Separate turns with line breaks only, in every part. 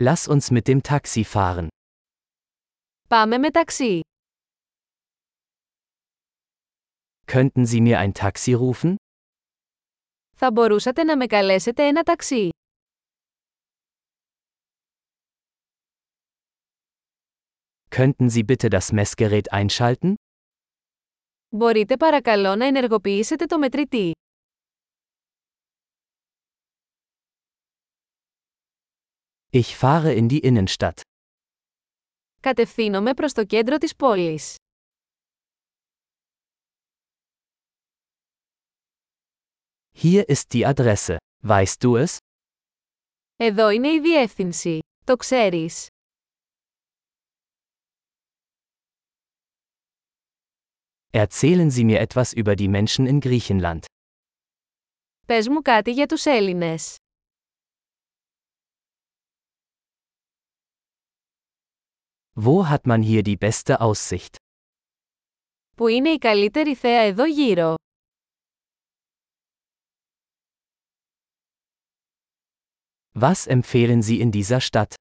Lass uns mit dem Taxi fahren.
Πάμε με ταξί.
Könnten Sie mir ein Taxi rufen?
Θα μπορούσατε να με καλέσετε ένα ταξί.
Könnten Sie bitte das Messgerät einschalten?
Μπορείτε παρακαλώ να ενεργοποιήσετε το μετρητή.
Ich fahre in die Innenstadt.
Κατευθύνομαι προς το κέντρο της πόλης.
Hier ist die Adresse. Weißt du es?
Εδώ είναι η διεύθυνση. Το ξέρεις.
Erzählen Sie mir etwas über die Menschen in Griechenland.
Πες μου κάτι για τους Έλληνες.
Wo hat man hier die beste Aussicht?
Που είναι η καλύτερη θέα εδώ γύρω.
Was empfehlen Sie in dieser Stadt?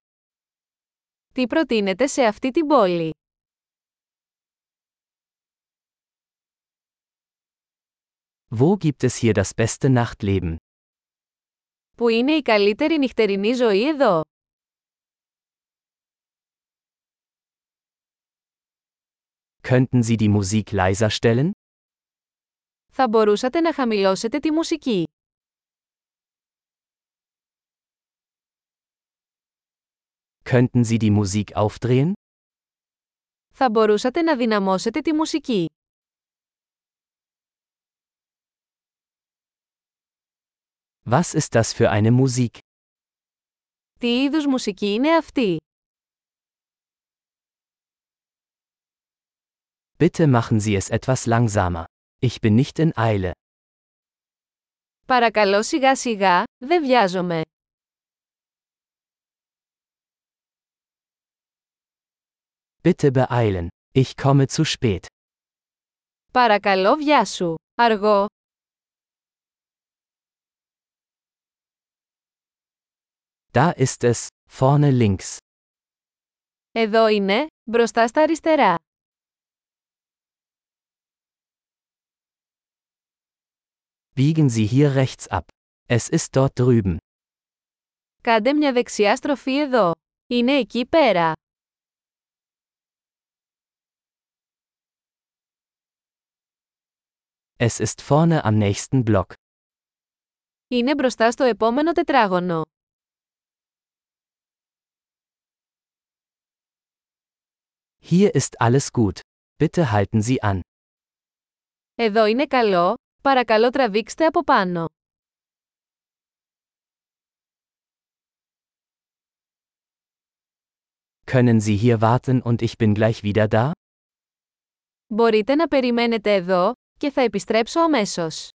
Τι προτείνετε σε αυτή την πόλη.
Wo gibt es hier das beste Nachtleben?
Που είναι η καλύτερη νυχτερινή ζωή εδώ.
Könnten Sie die Musik leiser stellen?
Θα μπορούσατε να χαμηλώσετε τη μουσική.
Könnten Sie die Musik aufdrehen?
Θα μπορούσατε να δυναμώσετε τη μουσική.
Was ist das für eine Musik?
Τι είδους μουσική είναι αυτή.
Bitte machen Sie es etwas langsamer. Ich bin nicht in Eile.
Παρακαλώ σιγά σιγά, δεν βιάζομαι.
Bitte beeilen. Ich komme zu spät.
Παρακαλώ βιάσου. Αργό.
Da ist es, vorne links.
Εδώ είναι, μπροστά στα αριστερά.
Biegen Sie hier rechts ab. Es ist dort drüben.
Κάντε μια δεξιά στροφή εδώ. Είναι εκεί πέρα.
Es ist vorne am nächsten Block.
Είναι μπροστά στο επόμενο τετράγωνο.
Hier ist alles gut. Bitte halten Sie an.
Εδώ είναι καλό, παρακαλώ τραβήξτε από πάνω.
Können Sie hier warten und ich bin gleich wieder da?
Μπορείτε να περιμένετε εδώ, και θα επιστρέψω αμέσως.